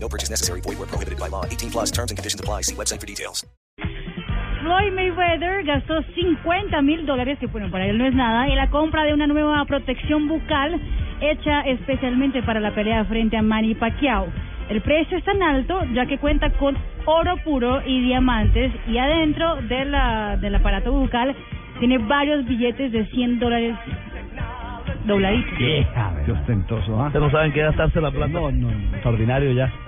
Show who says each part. Speaker 1: No purchase necessary. Void where prohibited by law. 18 plus terms and conditions apply. See website for details.
Speaker 2: Floyd Mayweather gastó 50 mil dólares, que bueno, para él no es nada, en la compra de una nueva protección bucal hecha especialmente para la pelea frente a Manny Pacquiao. El precio es tan alto ya que cuenta con oro puro y diamantes y adentro de la, del aparato bucal tiene varios billetes de 100 dólares dobladitos.
Speaker 3: Qué ostentoso, ¿ah? Ustedes no saben qué gastarse la plata. No, no, extraordinario ya.